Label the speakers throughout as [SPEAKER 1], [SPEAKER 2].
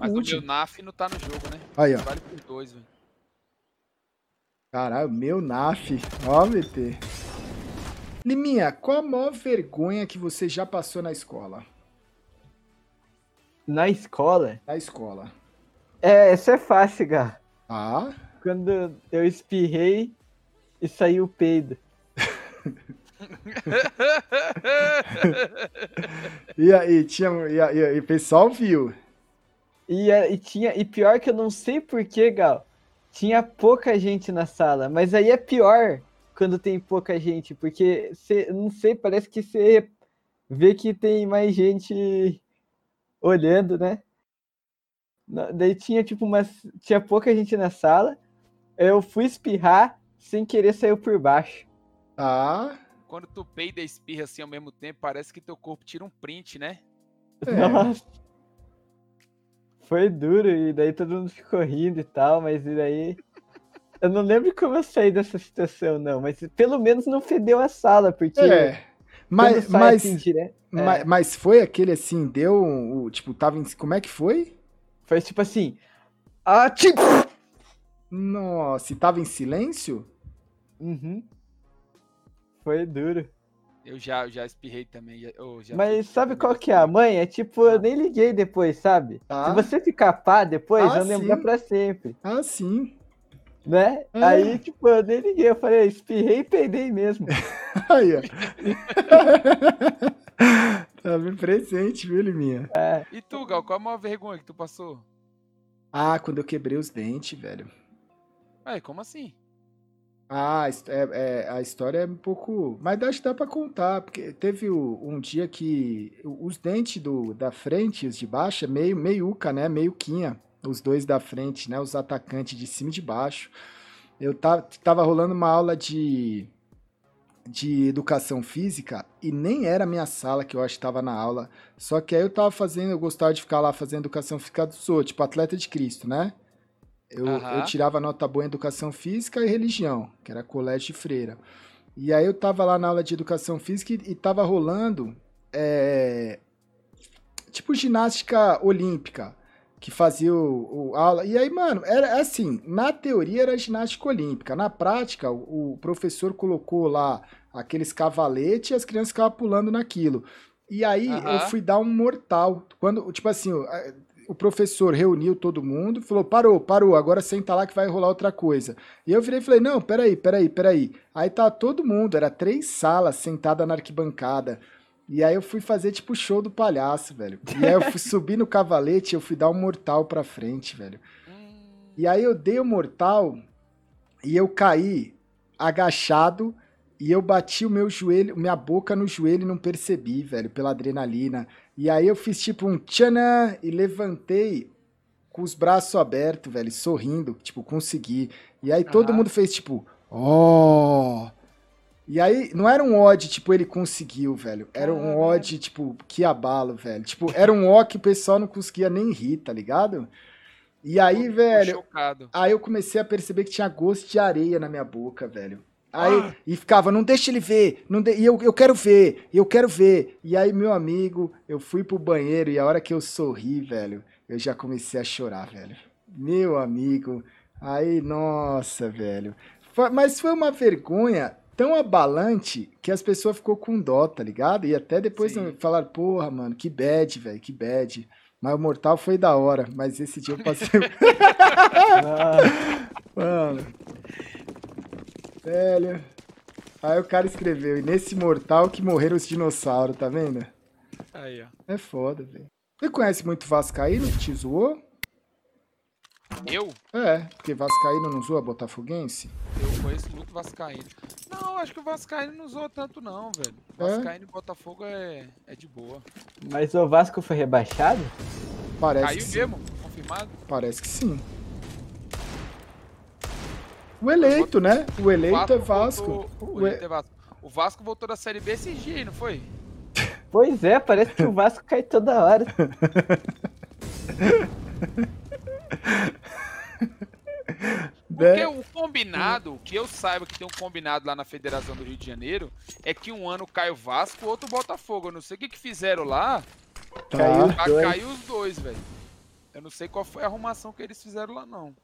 [SPEAKER 1] Mas o meu
[SPEAKER 2] último.
[SPEAKER 1] NAF não tá no jogo, né?
[SPEAKER 2] Aí, ó.
[SPEAKER 1] Vale por dois, velho.
[SPEAKER 2] Caralho, meu NAF. Ó, VT. Liminha, qual a maior vergonha que você já passou na escola?
[SPEAKER 3] Na escola?
[SPEAKER 2] Na escola.
[SPEAKER 3] É, essa é fácil, cara.
[SPEAKER 2] Ah,
[SPEAKER 3] Quando eu espirrei e saiu o peido.
[SPEAKER 2] e aí, tinha, um, e aí, e aí, o pessoal viu.
[SPEAKER 3] E, a- e tinha, e pior que eu não sei porquê, Gal, tinha pouca gente na sala, mas aí é pior quando tem pouca gente, porque você, não sei, parece que você vê que tem mais gente olhando, né? Na- Daí tinha tipo umas, tinha pouca gente na sala, eu fui espirrar, sem querer saiu por baixo.
[SPEAKER 2] Tá.
[SPEAKER 1] Quando tu peida e espirra assim ao mesmo tempo, parece que teu corpo tira um print, né?
[SPEAKER 2] É.
[SPEAKER 3] Nossa. Foi duro, e daí todo mundo ficou rindo e tal, mas e daí. Eu não lembro como eu saí dessa situação, não, mas pelo menos não fedeu a sala, porque.
[SPEAKER 2] É.
[SPEAKER 3] quando
[SPEAKER 2] Mas,
[SPEAKER 3] sai
[SPEAKER 2] mas,
[SPEAKER 3] assim direto-
[SPEAKER 2] ma- mas, foi aquele assim, deu. um- o- Tipo, tava em. Como é que foi?
[SPEAKER 3] Foi tipo assim. Ah, tipo.
[SPEAKER 2] Nossa, e tava em silêncio?
[SPEAKER 3] Uhum. Foi duro.
[SPEAKER 1] Eu já, eu já espirrei também. já- eu já um
[SPEAKER 3] Mas
[SPEAKER 1] fiz
[SPEAKER 3] sabe
[SPEAKER 1] também
[SPEAKER 3] qual
[SPEAKER 1] desse
[SPEAKER 3] que é a
[SPEAKER 1] jeito.
[SPEAKER 3] mãe? É tipo, eu nem liguei depois, sabe?
[SPEAKER 2] Tá.
[SPEAKER 3] Se você ficar pá depois,
[SPEAKER 2] Ah,
[SPEAKER 3] eu lembrar
[SPEAKER 2] sim.
[SPEAKER 3] pra sempre,
[SPEAKER 2] Ah, sim.
[SPEAKER 3] né?
[SPEAKER 2] É.
[SPEAKER 3] Aí, tipo, eu nem liguei, eu falei, espirrei e peidei mesmo.
[SPEAKER 2] Aí, ó. tava presente, viu, Liminha?
[SPEAKER 3] É.
[SPEAKER 1] E tu, Gal, qual a maior vergonha que tu passou?
[SPEAKER 2] Ah, quando eu quebrei os dentes, velho.
[SPEAKER 1] Ué, como assim?
[SPEAKER 2] Ah, a his- é- é, a história é um pouco. Mas acho que dá pra contar, porque teve o- um dia que o- os dentes do, da frente e os de baixo é meio meiuca, né? Meiuquinha. Os dois da frente, né? Os atacantes de cima e de baixo. Eu ta- tava rolando uma aula de, de educação física e nem era a minha sala que eu acho que tava na aula. Só que aí eu tava fazendo, eu gostava de ficar lá fazendo educação física dos outros, tipo atleta de Cristo, né? Eu, eu
[SPEAKER 1] Aham.
[SPEAKER 2] tirava nota boa em educação física e religião, que era colégio de freira. E aí eu tava lá na aula de educação física e, e tava rolando é, tipo ginástica olímpica, que fazia o, o aula. E aí, mano, era assim, na teoria era ginástica olímpica, na prática o, o professor colocou lá aqueles cavaletes e as crianças ficavam pulando naquilo. E aí eu
[SPEAKER 1] Aham.
[SPEAKER 2] fui dar um mortal. Quando, tipo assim, o- a- o professor reuniu todo mundo, falou: parou, parou, agora senta lá que vai rolar outra coisa. E eu virei e falei: não, peraí, peraí, peraí. Aí tá todo mundo, era três salas sentada na arquibancada. E aí eu fui fazer tipo show do palhaço, velho. E aí eu fui subir no cavalete, eu fui dar um mortal pra frente, velho.
[SPEAKER 1] Hum,
[SPEAKER 2] E aí eu dei o mortal e eu caí agachado e eu bati o meu joelho, minha boca no joelho e não percebi, velho, pela adrenalina. E aí eu fiz tipo um tchanã e levantei com os braços abertos, velho, sorrindo, tipo, consegui. E aí todo
[SPEAKER 1] Aham.
[SPEAKER 2] mundo fez tipo, ó. E aí, não era um odd, tipo, ele conseguiu, velho. Era um
[SPEAKER 1] Caralho.
[SPEAKER 2] odd, tipo, que abalo, velho. Tipo, era um ó que o pessoal não conseguia nem rir, tá ligado? E aí,
[SPEAKER 1] tô- tô
[SPEAKER 2] velho,
[SPEAKER 1] chocado.
[SPEAKER 2] Aí eu comecei a perceber que tinha gosto de areia na minha boca, velho. Aí,
[SPEAKER 1] Ah!
[SPEAKER 2] E ficava, não deixa ele ver, não de- e eu, eu quero ver, eu quero ver. E aí, meu amigo, eu fui pro banheiro e a hora que eu sorri, velho, eu já comecei a chorar, velho. Meu amigo, aí, nossa, velho. Fa- Mas foi uma vergonha tão abalante que as pessoas ficou com dó, tá ligado? E até depois
[SPEAKER 1] Sim.
[SPEAKER 2] falaram, porra, mano, que bad, velho, que bad. Mas o Mortal foi da hora, mas esse dia eu passei
[SPEAKER 3] Nossa.
[SPEAKER 2] Mano. Velho. Aí o cara escreveu, e nesse mortal que morreram os dinossauros, tá vendo?
[SPEAKER 1] Aí, ó.
[SPEAKER 2] É foda, velho. Você conhece muito Vascaíno que te zoou?
[SPEAKER 1] Eu?
[SPEAKER 2] É, porque Vascaíno não zoa Botafoguense?
[SPEAKER 1] Eu conheço muito Vascaíno. Não, acho que o Vascaíno não usou tanto, não, velho. Vascaíno e Botafogo é, é de boa.
[SPEAKER 3] Mas o Vasco foi rebaixado? É
[SPEAKER 2] Parece que
[SPEAKER 1] Caiu
[SPEAKER 2] sim.
[SPEAKER 1] mesmo? Confirmado?
[SPEAKER 2] Parece que sim. O eleito, né? O eleito é Vasco.
[SPEAKER 1] voltou-
[SPEAKER 2] O
[SPEAKER 1] O eleito
[SPEAKER 2] e-
[SPEAKER 1] é Vasco. O Vasco voltou da Série B esses dias, aí, não foi?
[SPEAKER 3] Pois é, parece que o Vasco cai toda hora.
[SPEAKER 1] Porque
[SPEAKER 2] né?
[SPEAKER 1] o combinado, que eu saiba que tem um combinado lá na Federação do Rio de Janeiro, é que um ano cai o Vasco, outro o Botafogo. Eu não sei o que, que fizeram lá
[SPEAKER 2] Tá.
[SPEAKER 3] Caiu.
[SPEAKER 1] pra
[SPEAKER 3] Dois.
[SPEAKER 1] cair os dois, velho. Eu não sei qual foi a arrumação que eles fizeram lá, não.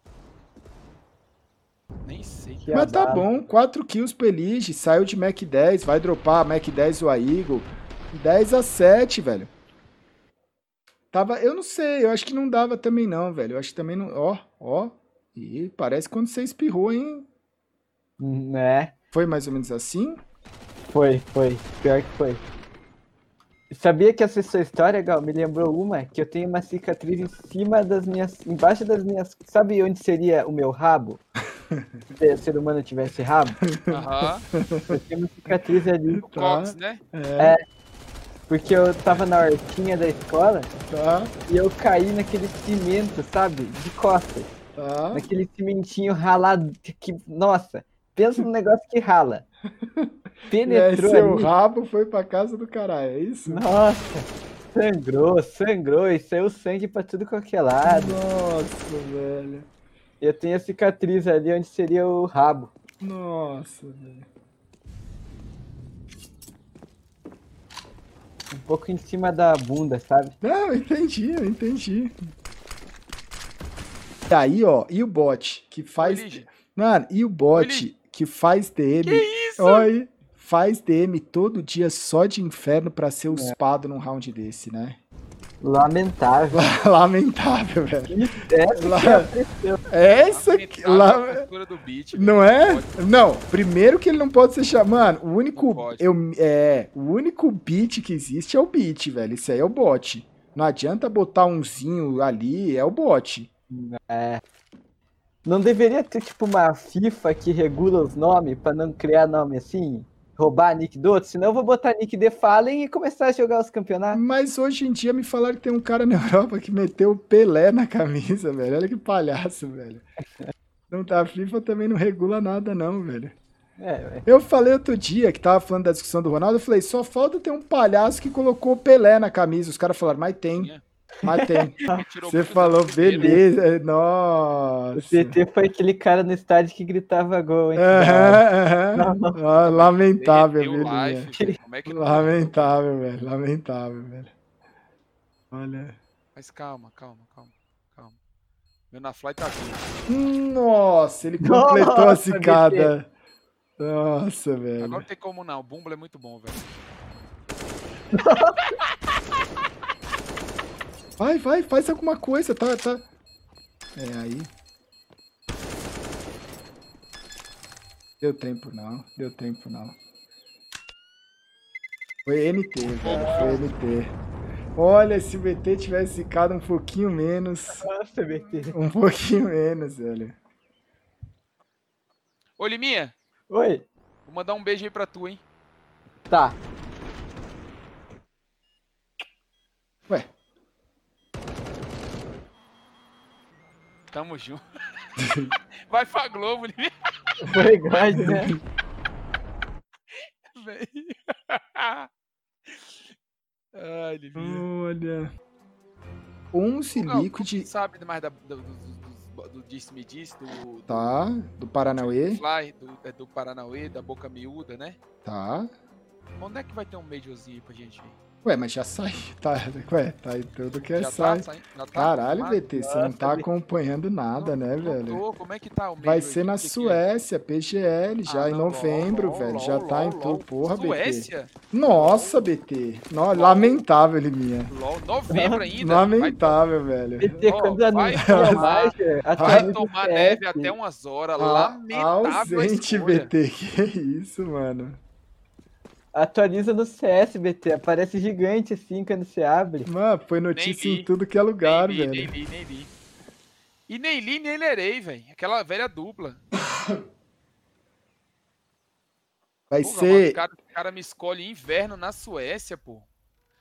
[SPEAKER 1] Nem sei.
[SPEAKER 3] Que
[SPEAKER 2] Mas tá
[SPEAKER 3] azar.
[SPEAKER 2] bom, 4 kills pro Elige, saiu de Mac 10, vai dropar Mac 10 o Eagle. 10 a 7, velho. Tava, eu não sei, eu acho que não dava também não, velho. Eu acho que também não, ó, ó. E parece quando você espirrou, hein?
[SPEAKER 3] Né?
[SPEAKER 2] Foi mais ou menos assim?
[SPEAKER 3] Foi, foi. Pior que foi. Sabia que essa sua história, Gal, me lembrou uma que eu tenho uma cicatriz em cima das minhas. embaixo das minhas. Sabe onde seria o meu rabo? Se o ser humano tivesse rabo?
[SPEAKER 1] Aham.
[SPEAKER 3] Eu tenho uma cicatriz ali.
[SPEAKER 1] O Cox, né?
[SPEAKER 2] É,
[SPEAKER 3] Porque eu tava na hortinha da escola
[SPEAKER 2] tá,
[SPEAKER 3] e eu caí naquele cimento, sabe? De costas.
[SPEAKER 2] tá.
[SPEAKER 3] Naquele cimentinho ralado. Que, nossa, pensa num negócio que rala.
[SPEAKER 2] E aí,
[SPEAKER 3] Penetrou.
[SPEAKER 2] seu
[SPEAKER 3] ali.
[SPEAKER 2] rabo foi pra casa do caralho, é isso?
[SPEAKER 3] Nossa, sangrou, sangrou e saiu sangue pra tudo qualquer lado.
[SPEAKER 2] Nossa, velho.
[SPEAKER 3] Eu tenho a cicatriz ali onde seria o rabo.
[SPEAKER 2] Nossa, velho.
[SPEAKER 3] Um pouco em cima da bunda, sabe?
[SPEAKER 2] Não, eu entendi, eu entendi. E aí, ó, e o bot que faz.
[SPEAKER 1] Elige.
[SPEAKER 2] Mano, e o bot
[SPEAKER 1] Elige.
[SPEAKER 2] que faz DM.
[SPEAKER 1] Que isso?
[SPEAKER 2] Oi, faz DM todo dia só de inferno pra ser uspado num round desse, né?
[SPEAKER 3] Lamentável.
[SPEAKER 2] Lamentável, velho.
[SPEAKER 3] Essa
[SPEAKER 2] Lá-
[SPEAKER 3] que é a pressão.
[SPEAKER 2] Essa aqui.
[SPEAKER 1] Lamentável
[SPEAKER 2] lá- é
[SPEAKER 1] a postura do beat,
[SPEAKER 2] Não
[SPEAKER 1] velho.
[SPEAKER 2] é?
[SPEAKER 1] Pode-
[SPEAKER 2] Não, primeiro que ele não pode ser chamado. O único.
[SPEAKER 1] Não pode.
[SPEAKER 2] Eu, é, o único beat que existe é o beat, velho. Isso aí é o bot. Não adianta botar umzinho ali, é o bot.
[SPEAKER 3] Não deveria ter tipo uma FIFA que regula os nomes pra não criar nome assim? Roubar nick do outro? Senão eu vou botar nick de Fallen e começar a jogar os campeonatos.
[SPEAKER 2] Mas hoje em dia me falaram que tem um cara na Europa que meteu o Pelé na camisa, velho. Olha que palhaço, velho. Não tá, a FIFA também não regula nada, não, velho.
[SPEAKER 3] É,
[SPEAKER 2] Eu falei outro dia que tava falando da discussão do Ronaldo, eu falei, só falta ter um palhaço que colocou o Pelé na camisa. Os caras falaram, mas tem,
[SPEAKER 1] Tinha.
[SPEAKER 2] mas tem.
[SPEAKER 1] Me tirou
[SPEAKER 2] Você
[SPEAKER 1] muito
[SPEAKER 2] falou,
[SPEAKER 1] do primeiro.
[SPEAKER 2] beleza. é,
[SPEAKER 3] o
[SPEAKER 2] Nossa.
[SPEAKER 3] CT foi aquele cara no estádio que gritava gol, hein?
[SPEAKER 2] Aham, aham. Ah, Lamentável,
[SPEAKER 1] Derreteu
[SPEAKER 2] velho.
[SPEAKER 1] o life, velho. Como é que não...
[SPEAKER 2] Lamentável, velho. Lamentável, velho. Olha.
[SPEAKER 1] Mas calma, calma, calma, calma. Meu na fly tá vindo.
[SPEAKER 2] Nossa, ele completou a
[SPEAKER 3] Nossa,
[SPEAKER 2] cicada. Nossa,
[SPEAKER 1] Agora
[SPEAKER 2] velho.
[SPEAKER 1] não tem como não. O Bumble é muito bom, velho.
[SPEAKER 2] Vai, vai, faz alguma coisa, tá, tá. É aí. Deu tempo não, deu tempo não. Foi NT, velho, foi NT. Olha, se o BT tivesse ficado um pouquinho menos,
[SPEAKER 3] Nossa, BT.
[SPEAKER 2] um pouquinho menos, velho.
[SPEAKER 1] Ô, Liminha,
[SPEAKER 3] Oi.
[SPEAKER 1] vou mandar um beijo aí pra tu, hein?
[SPEAKER 3] Tá.
[SPEAKER 2] Ué,
[SPEAKER 1] Tamo junto. Vai pra Globo, Liminha.
[SPEAKER 3] Foi grande, né?
[SPEAKER 1] velho. Ai, Liminha.
[SPEAKER 2] Hum, olha. 11
[SPEAKER 1] Não,
[SPEAKER 2] liquid,
[SPEAKER 1] sabe mais da, do, do, do, do Disse-me Disse, do, do
[SPEAKER 2] tá, do Paranauê,
[SPEAKER 1] Fly, do, é, do Paranauê, da Boca Miúda, né?
[SPEAKER 2] tá.
[SPEAKER 1] Onde é que vai ter um Majorzinho aí pra gente ver?
[SPEAKER 2] Ué, mas já sai, tá, ué, tá em tudo que é
[SPEAKER 1] Já
[SPEAKER 2] sai.
[SPEAKER 1] tá, saindo? Já tá
[SPEAKER 2] Caralho,
[SPEAKER 1] confirmado?
[SPEAKER 2] BT, você não
[SPEAKER 3] Nossa,
[SPEAKER 2] tá
[SPEAKER 3] BT.
[SPEAKER 2] acompanhando nada, né,
[SPEAKER 1] Não
[SPEAKER 2] velho?
[SPEAKER 1] tô, Como é que tá o Major?
[SPEAKER 2] Vai
[SPEAKER 1] aí?
[SPEAKER 2] ser na
[SPEAKER 1] Que que é?
[SPEAKER 2] Suécia, PGL, já
[SPEAKER 1] Ah,
[SPEAKER 2] em
[SPEAKER 1] não, LOL,
[SPEAKER 2] novembro,
[SPEAKER 1] LOL,
[SPEAKER 2] velho.
[SPEAKER 1] LOL,
[SPEAKER 2] já tá em
[SPEAKER 1] LOL,
[SPEAKER 2] tu,
[SPEAKER 1] LOL.
[SPEAKER 2] porra, BT.
[SPEAKER 1] Suécia?
[SPEAKER 2] Nossa, BT. No, lamentável, Liminha.
[SPEAKER 1] LOL, novembro ainda.
[SPEAKER 2] é Lamentável, velho.
[SPEAKER 3] PT,
[SPEAKER 1] Ó,
[SPEAKER 3] quando
[SPEAKER 1] vai
[SPEAKER 3] anuncia
[SPEAKER 1] tomar-
[SPEAKER 3] o Major,
[SPEAKER 1] Vai,
[SPEAKER 3] atualiza
[SPEAKER 1] vai
[SPEAKER 3] o
[SPEAKER 1] tomar
[SPEAKER 3] CS.
[SPEAKER 1] neve até umas horas.
[SPEAKER 2] A-
[SPEAKER 1] tá Lamentável. a
[SPEAKER 2] ausente,
[SPEAKER 1] escolha.
[SPEAKER 2] BT. Que isso, mano.
[SPEAKER 3] Atualiza no CS, BT. Aparece gigante assim quando você abre.
[SPEAKER 2] Mano, foi notícia
[SPEAKER 1] vi.
[SPEAKER 2] em tudo que é lugar,
[SPEAKER 1] nem
[SPEAKER 2] velho.
[SPEAKER 1] li, nem li, nem li. E nem li, nem lerei, velho. Aquela velha dupla.
[SPEAKER 2] Vai
[SPEAKER 1] Porra, mano, o
[SPEAKER 2] ser.
[SPEAKER 1] cara, o cara me escolhe inverno na Suécia, pô.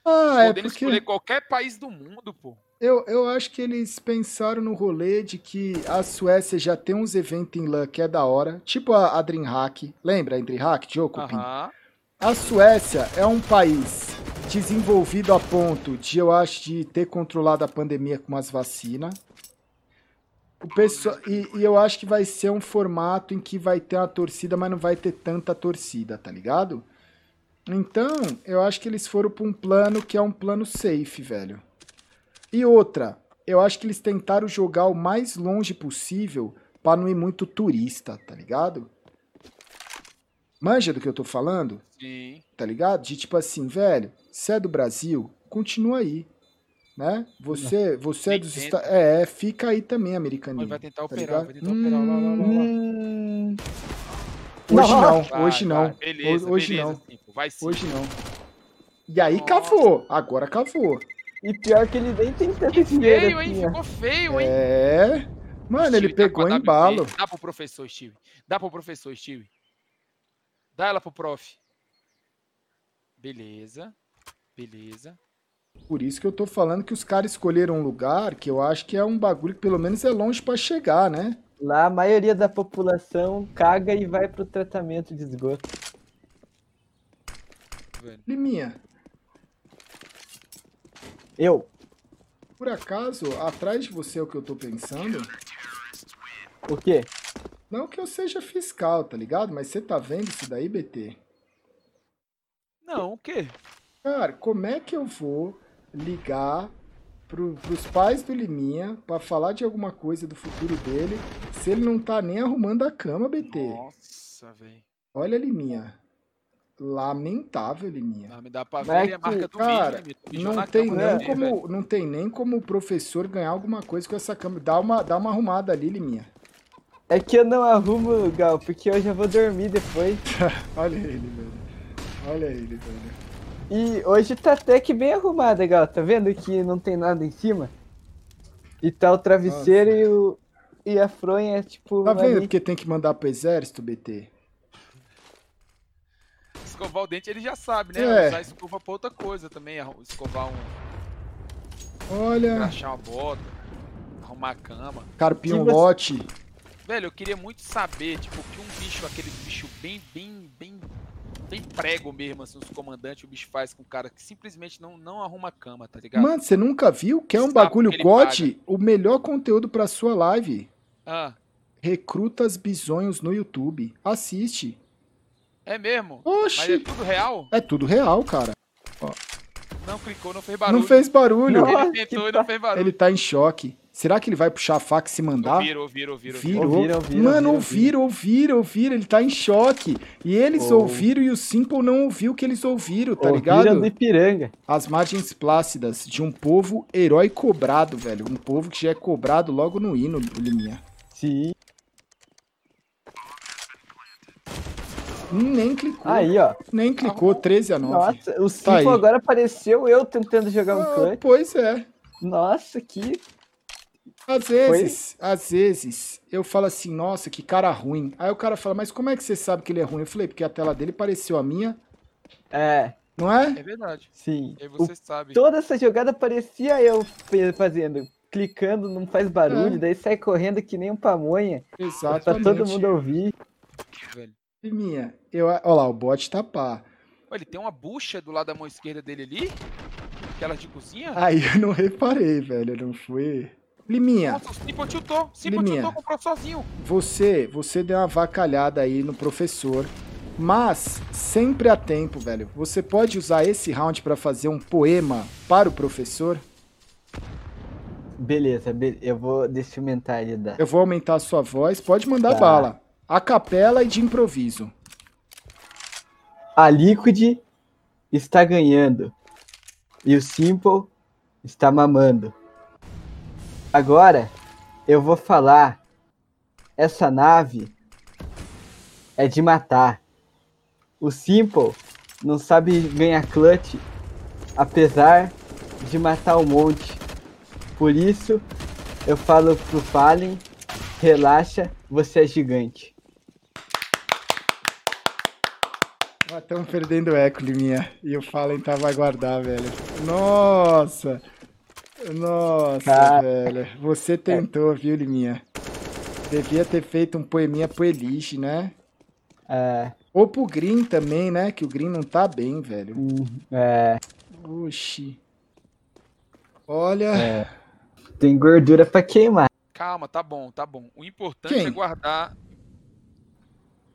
[SPEAKER 2] Ah, é
[SPEAKER 1] Podendo
[SPEAKER 2] porque.
[SPEAKER 1] escolher qualquer país do mundo, pô.
[SPEAKER 2] Eu, eu acho que eles pensaram no rolê de que a Suécia já tem uns eventos em LAN que é da hora, tipo a, a Dreamhack. Lembra a Dreamhack, Jokopin?
[SPEAKER 1] Aham.
[SPEAKER 2] A Suécia é um país desenvolvido a ponto de, eu acho, de ter controlado a pandemia com as vacinas. O pessoal, e, e eu acho que vai ser um formato em que vai ter uma torcida, mas não vai ter tanta torcida, tá ligado? Então, eu acho que eles foram para um plano que é um plano safe, velho. E outra, eu acho que eles tentaram jogar o mais longe possível pra não ir muito turista, tá ligado? Manja do que eu tô falando?
[SPEAKER 1] Sim.
[SPEAKER 2] tá ligado? De tipo assim, velho, você é do Brasil, continua aí, né? Você, você é
[SPEAKER 1] Nem
[SPEAKER 2] dos
[SPEAKER 1] tenta.
[SPEAKER 2] Estados É, fica aí também,
[SPEAKER 1] Mas
[SPEAKER 2] americaninho.
[SPEAKER 1] vai tentar
[SPEAKER 2] tá
[SPEAKER 1] operar,
[SPEAKER 2] ligado?
[SPEAKER 1] vai tentar operar. Lá, lá, lá, lá.
[SPEAKER 3] Hum,
[SPEAKER 1] Vai,
[SPEAKER 2] Hoje não, Hum, hoje não,
[SPEAKER 1] vai, Beleza,
[SPEAKER 2] hoje
[SPEAKER 1] beleza,
[SPEAKER 2] não.
[SPEAKER 1] Simpo, Vai sim.
[SPEAKER 2] hoje não. E aí
[SPEAKER 1] Nossa.
[SPEAKER 2] cavou, agora cavou.
[SPEAKER 3] e pior que ele nem tem tanto dinheiro.
[SPEAKER 1] Feio, hein?
[SPEAKER 3] Assim, ó.
[SPEAKER 1] Ficou feio, hein?
[SPEAKER 2] É. Mano, ele
[SPEAKER 1] Steve tá
[SPEAKER 2] pegou
[SPEAKER 1] com a
[SPEAKER 2] embalo.
[SPEAKER 1] WP. Dá pro professor, Steve. Dá pro professor, Steve. Dá ela pro prof. Beleza. Beleza.
[SPEAKER 2] Por isso que eu tô falando que os caras escolheram um lugar que eu acho que é um bagulho que pelo menos é longe pra chegar, né?
[SPEAKER 3] Lá a maioria da população caga e vai pro tratamento de esgoto.
[SPEAKER 1] Velho.
[SPEAKER 2] Liminha,
[SPEAKER 3] Eu,
[SPEAKER 2] por acaso, atrás de você é o que eu tô pensando?
[SPEAKER 3] o quê?
[SPEAKER 2] Não que eu seja fiscal, tá ligado? Mas você tá vendo isso daí, BT?
[SPEAKER 1] Não, o quê?
[SPEAKER 2] Cara, como é que eu vou ligar pro, pros pais do Liminha pra falar de alguma coisa do futuro dele se ele não tá nem arrumando a cama, BT?
[SPEAKER 1] Nossa, velho.
[SPEAKER 2] Olha, Liminha. Lamentável, Liminha.
[SPEAKER 1] Ah, me dá pra
[SPEAKER 3] Vai
[SPEAKER 1] ver a
[SPEAKER 3] que,
[SPEAKER 1] marca do
[SPEAKER 2] cara,
[SPEAKER 1] vídeo. né, meu? Mijou
[SPEAKER 2] Não
[SPEAKER 1] na
[SPEAKER 2] tem,
[SPEAKER 1] cama,
[SPEAKER 2] nem
[SPEAKER 1] né, velho?
[SPEAKER 2] como, não tem nem como o professor ganhar alguma coisa com essa cama. Dá uma, dá uma arrumada ali, Liminha.
[SPEAKER 3] É que eu não arrumo, Gal, porque eu já vou dormir depois.
[SPEAKER 2] Olha ele, velho. Olha ele, velho.
[SPEAKER 3] E hoje tá até que bem arrumada, Gal. Tá vendo que não tem nada em cima? E tá o travesseiro e o. E a fronha, tipo.
[SPEAKER 2] Tá vendo
[SPEAKER 3] ali.
[SPEAKER 2] porque tem que mandar pro exército, BT?
[SPEAKER 1] Escovar o dente ele já sabe, né?
[SPEAKER 2] É.
[SPEAKER 1] Usar escova pra outra coisa também. arru- Escovar um.
[SPEAKER 2] Olha.
[SPEAKER 1] Crachar uma bota. Arrumar a cama.
[SPEAKER 2] Carpinho
[SPEAKER 3] Que você-
[SPEAKER 2] lote.
[SPEAKER 1] Velho, eu queria muito saber, tipo, que um bicho, aquele bicho bem, bem, bem, bem prego mesmo, assim, os comandantes, o bicho faz com o cara que simplesmente não, não arruma cama, tá ligado?
[SPEAKER 2] Mano, você nunca viu? Quer um
[SPEAKER 1] Sabe
[SPEAKER 2] bagulho
[SPEAKER 1] que ele
[SPEAKER 2] gote? O melhor conteúdo pra sua live.
[SPEAKER 1] Ah,
[SPEAKER 2] Recrutas bizonhos no YouTube. Assiste.
[SPEAKER 1] é mesmo? Mas é
[SPEAKER 2] Oxi!
[SPEAKER 1] tudo real?
[SPEAKER 2] É tudo real, cara.
[SPEAKER 1] Não clicou, não fez barulho.
[SPEAKER 2] Não fez barulho.
[SPEAKER 3] Não.
[SPEAKER 1] Ele tentou e não fez barulho.
[SPEAKER 2] Ele tá em choque. Será que ele vai puxar a faca e se mandar?
[SPEAKER 1] Ouviram, ouviram, ouviram.
[SPEAKER 2] Virou.
[SPEAKER 3] Ouviram, ouviram,
[SPEAKER 2] Mano, ouviram,
[SPEAKER 3] ouviram,
[SPEAKER 2] ouviram, ouviram. Ele tá em choque. E eles
[SPEAKER 3] Oh.
[SPEAKER 2] ouviram e o Simple não ouviu o que eles ouviram, tá
[SPEAKER 3] Ouviram
[SPEAKER 2] ligado?
[SPEAKER 3] do Ipiranga.
[SPEAKER 2] As margens plácidas de um povo herói cobrado, velho. Um povo que já é cobrado logo no hino, Liminha.
[SPEAKER 3] Sim.
[SPEAKER 2] Nem clicou.
[SPEAKER 3] Aí, ó.
[SPEAKER 2] Nem clicou, 13 a 9.
[SPEAKER 3] Nossa, o
[SPEAKER 2] Tá aí.
[SPEAKER 3] Simpo agora apareceu eu tentando jogar um
[SPEAKER 2] Ah,
[SPEAKER 3] clutch.
[SPEAKER 2] pois é.
[SPEAKER 3] Nossa, que.
[SPEAKER 2] Às vezes, às vezes, eu falo assim, nossa, que cara ruim. Aí o cara fala, mas como é que você sabe que ele é ruim? Eu falei, porque a tela dele pareceu a minha,
[SPEAKER 3] É,
[SPEAKER 2] não é?
[SPEAKER 1] É verdade.
[SPEAKER 3] sim.
[SPEAKER 1] E aí
[SPEAKER 3] O-
[SPEAKER 1] vocês sabem.
[SPEAKER 3] toda essa jogada parecia eu fe- fazendo. Clicando, não faz barulho, daí sai correndo que nem um pamonha. Pra
[SPEAKER 2] É. Exatamente.
[SPEAKER 3] todo mundo ouvir.
[SPEAKER 1] velho.
[SPEAKER 2] Liminha, eu, olha lá, o bot tá pá.
[SPEAKER 1] Olha, ele tem uma bucha do lado da mão esquerda dele ali. Aquela de cozinha.
[SPEAKER 2] Aí eu não reparei, velho, eu não fui... Liminha,
[SPEAKER 1] Nossa, o Simple tiltou. O Simple
[SPEAKER 2] Liminha.
[SPEAKER 1] tiltou, comprou sozinho.
[SPEAKER 2] você, você deu uma vacalhada aí no professor, mas sempre há tempo, velho. Você pode usar esse round pra fazer um poema para o professor?
[SPEAKER 3] Beleza, be- eu vou descimentar ele da.
[SPEAKER 2] Eu vou aumentar a sua voz, pode mandar
[SPEAKER 3] Tá.
[SPEAKER 2] bala. A capela e de improviso.
[SPEAKER 3] A Liquid está ganhando. E o Simple está mamando. Agora eu vou falar. Essa nave é de matar. O Simple não sabe ganhar clutch, apesar de matar um monte. Por isso eu falo pro Fallen, relaxa, você é gigante.
[SPEAKER 2] Estamos Ah, perdendo eco, Liminha. E o Fallen tava a guardar, velho. Nossa! Nossa,
[SPEAKER 3] Cara.
[SPEAKER 2] velho. Você tentou, viu, Liminha? Devia ter feito um poeminha pro Elige, né?
[SPEAKER 3] É,
[SPEAKER 2] Ou pro Green também, né? Que o Green não tá bem, velho.
[SPEAKER 3] hum, é,
[SPEAKER 2] Oxi.
[SPEAKER 3] É.
[SPEAKER 2] Olha.
[SPEAKER 3] Tem gordura pra queimar.
[SPEAKER 1] Calma, tá bom, tá bom. O importante
[SPEAKER 2] Quem?
[SPEAKER 1] é guardar,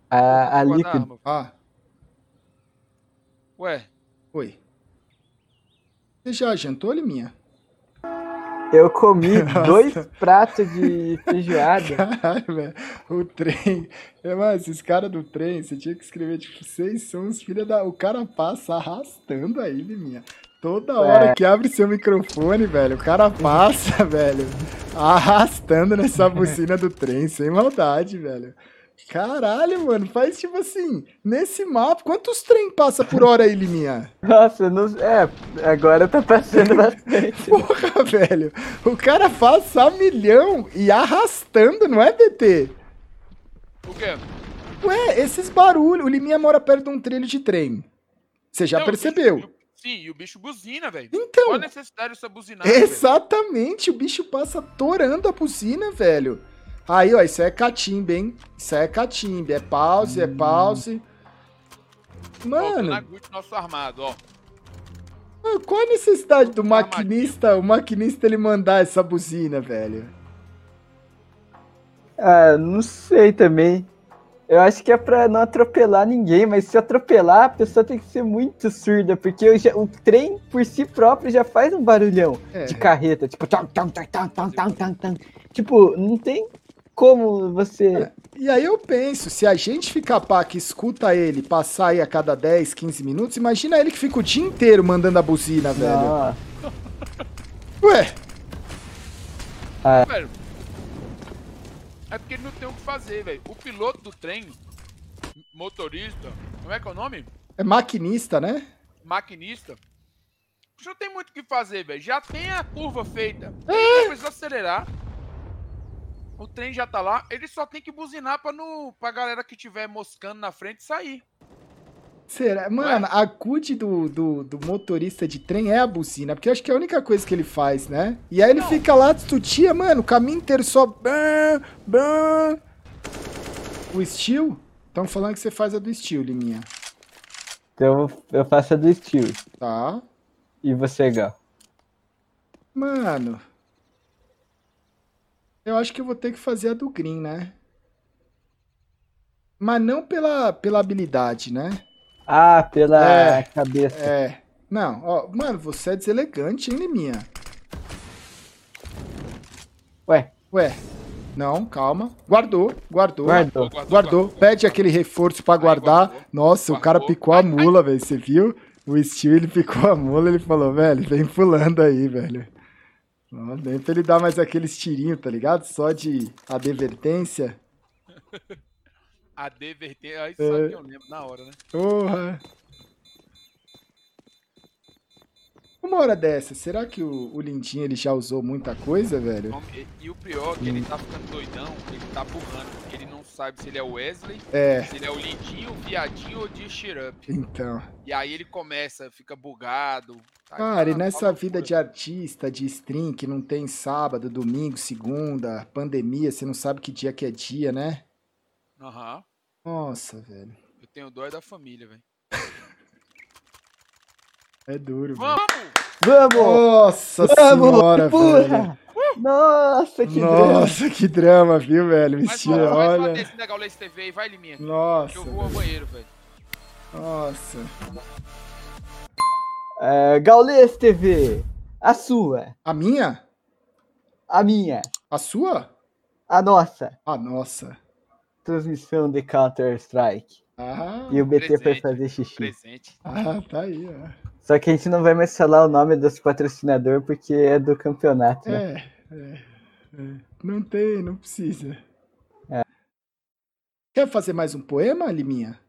[SPEAKER 3] A, a
[SPEAKER 1] guardar a
[SPEAKER 3] líquida.
[SPEAKER 1] arma.
[SPEAKER 2] Ah,
[SPEAKER 1] Ué,
[SPEAKER 2] oi. Você já jantou, Liminha?
[SPEAKER 3] Eu comi
[SPEAKER 2] Nossa.
[SPEAKER 3] dois pratos de feijoada.
[SPEAKER 2] Caralho, velho. O trem. É, mas esses caras do trem, você tinha que escrever, tipo, vocês são os filhos da. O cara passa arrastando a ele, minha. Toda hora que abre seu microfone, velho, o cara passa, velho, arrastando nessa buzina do trem, sem maldade, velho. Caralho, mano, faz tipo assim, nesse mapa, quantos trem passa por hora aí, Liminha?
[SPEAKER 3] Nossa, eu não... é, agora tá passando bastante.
[SPEAKER 2] Porra, velho, o cara passa a milhão e arrastando, não é, BT?
[SPEAKER 1] O quê?
[SPEAKER 2] Ué, É, esses barulhos. O Liminha mora perto de um trilho de trem. Você já
[SPEAKER 1] Não, o bicho-
[SPEAKER 2] percebeu?
[SPEAKER 1] o- sim, e o bicho buzina, velho. Qual a
[SPEAKER 2] Então,
[SPEAKER 1] necessidade dessa buzinada? velho?
[SPEAKER 2] exatamente. O bicho passa torando a buzina, velho. Aí, ó, isso é catimba, hein? Isso é catimba. É pause, é
[SPEAKER 1] Hum.
[SPEAKER 2] pause.
[SPEAKER 1] Ó, tô na
[SPEAKER 2] Mano,
[SPEAKER 1] Gucci, nosso armado, ó.
[SPEAKER 2] qual a necessidade do
[SPEAKER 1] Armadilha.
[SPEAKER 2] maquinista, o maquinista ele mandar essa buzina, velho?
[SPEAKER 3] Ah, não sei também. Eu acho que é pra não atropelar ninguém, mas se atropelar, a pessoa tem que ser muito surda, porque eu já- o trem por si próprio já faz um barulhão
[SPEAKER 2] É.
[SPEAKER 3] de carreta, tipo, tam, tam, tam, tam, tam, tam, tam, tam. tipo, não tem como
[SPEAKER 2] É,
[SPEAKER 3] você.
[SPEAKER 2] E aí eu penso, se a gente ficar pá que escuta ele passar aí a cada 10, 15 minutos, imagina ele que fica o dia inteiro mandando a buzina, velho.
[SPEAKER 3] Nossa.
[SPEAKER 2] Ué,
[SPEAKER 1] Velho. É porque ele não tem o que fazer, velho. O piloto do trem, motorista, como é que é o nome?
[SPEAKER 2] É maquinista, né?
[SPEAKER 1] Maquinista. o bicho Não tem muito o que fazer, velho. Já tem a curva feita.
[SPEAKER 2] É.
[SPEAKER 1] Ele não precisa acelerar. O trem já tá lá. Ele só tem que buzinar pra, no, pra galera que tiver moscando na frente sair.
[SPEAKER 2] Será? Mano, a CUD do, do, do motorista de trem é a buzina, porque eu acho que é a única coisa que ele faz, né? E aí ele
[SPEAKER 1] Não.
[SPEAKER 2] fica lá tutia, mano, o caminho inteiro só. bam, bam. O estilo? Estão falando que você faz a do estilo, Liminha.
[SPEAKER 3] Então eu faço a do estilo.
[SPEAKER 2] Tá.
[SPEAKER 3] E você, Gal?
[SPEAKER 2] Mano. Eu acho que eu vou ter que fazer a do Green, né? Mas não pela, pela habilidade, né?
[SPEAKER 3] Ah, pela
[SPEAKER 2] É,
[SPEAKER 3] cabeça.
[SPEAKER 2] É. Não, ó, mano, você é deselegante, hein, Liminha?
[SPEAKER 3] Ué,
[SPEAKER 2] Ué, não, calma. Guardou, guardou.
[SPEAKER 3] guardou.
[SPEAKER 1] Guardou,
[SPEAKER 2] Guardou. Pede aquele reforço pra guardar.
[SPEAKER 1] guardou.
[SPEAKER 2] Nossa, o cara
[SPEAKER 1] Guardou.
[SPEAKER 2] picou a
[SPEAKER 1] Ai, ai.
[SPEAKER 2] mula, velho. Você viu? O Steel, ele picou a mula, ele falou, velho, vem pulando aí, velho. Não, nem pra ele dar mais aqueles tirinhos, tá ligado? Só de advertência.
[SPEAKER 1] A advertência. Aí
[SPEAKER 2] É.
[SPEAKER 1] sabe que eu lembro na hora, né?
[SPEAKER 2] Porra. Uma hora dessa, será que o, o Lindinho ele já usou muita coisa, velho?
[SPEAKER 1] E, e o pior é que ele tá ficando doidão, ele tá burrando, porque ele não sabe se ele é o Wesley,
[SPEAKER 2] É,
[SPEAKER 1] se ele é o Lindinho, o Viadinho ou o de Shirup.
[SPEAKER 2] então.
[SPEAKER 1] E aí ele começa, fica bugado. tá?
[SPEAKER 2] Cara, e
[SPEAKER 1] Tá uma
[SPEAKER 2] nessa vida
[SPEAKER 1] loucura.
[SPEAKER 2] de artista, de stream, que não tem sábado, domingo, segunda, pandemia, você não sabe que dia que é dia, né?
[SPEAKER 1] Aham.
[SPEAKER 2] Nossa, velho.
[SPEAKER 1] Eu tenho dó é da família, velho.
[SPEAKER 2] É duro. velho.
[SPEAKER 1] Vamos!
[SPEAKER 3] Vamos!
[SPEAKER 2] Nossa
[SPEAKER 3] Vamos!
[SPEAKER 2] senhora, velho.
[SPEAKER 3] Porra! Nossa, que drama!
[SPEAKER 2] Nossa, que drama, viu, velho?
[SPEAKER 1] Faz uma,
[SPEAKER 2] Mentira,
[SPEAKER 1] faz uma
[SPEAKER 2] olha.
[SPEAKER 1] desse da Gaules TV aí, vai, Liminha. Que
[SPEAKER 2] Nossa,
[SPEAKER 1] eu vou ao banheiro, velho.
[SPEAKER 2] nossa.
[SPEAKER 3] É, Gaules TV, a sua,
[SPEAKER 2] A minha?
[SPEAKER 3] a minha,
[SPEAKER 2] A sua?
[SPEAKER 3] a nossa
[SPEAKER 2] Ah, nossa.
[SPEAKER 3] transmissão de Counter-Strike.
[SPEAKER 2] Ah,
[SPEAKER 3] E o BT foi
[SPEAKER 1] Presente,
[SPEAKER 3] fazer xixi.
[SPEAKER 1] Presente.
[SPEAKER 2] ah tá aí, ó.
[SPEAKER 3] Só que a gente não vai mais falar o nome dos patrocinadores porque é do campeonato, né?
[SPEAKER 2] É, é, é. Não tem, não precisa.
[SPEAKER 3] É.
[SPEAKER 2] Quer fazer mais um poema, Liminha?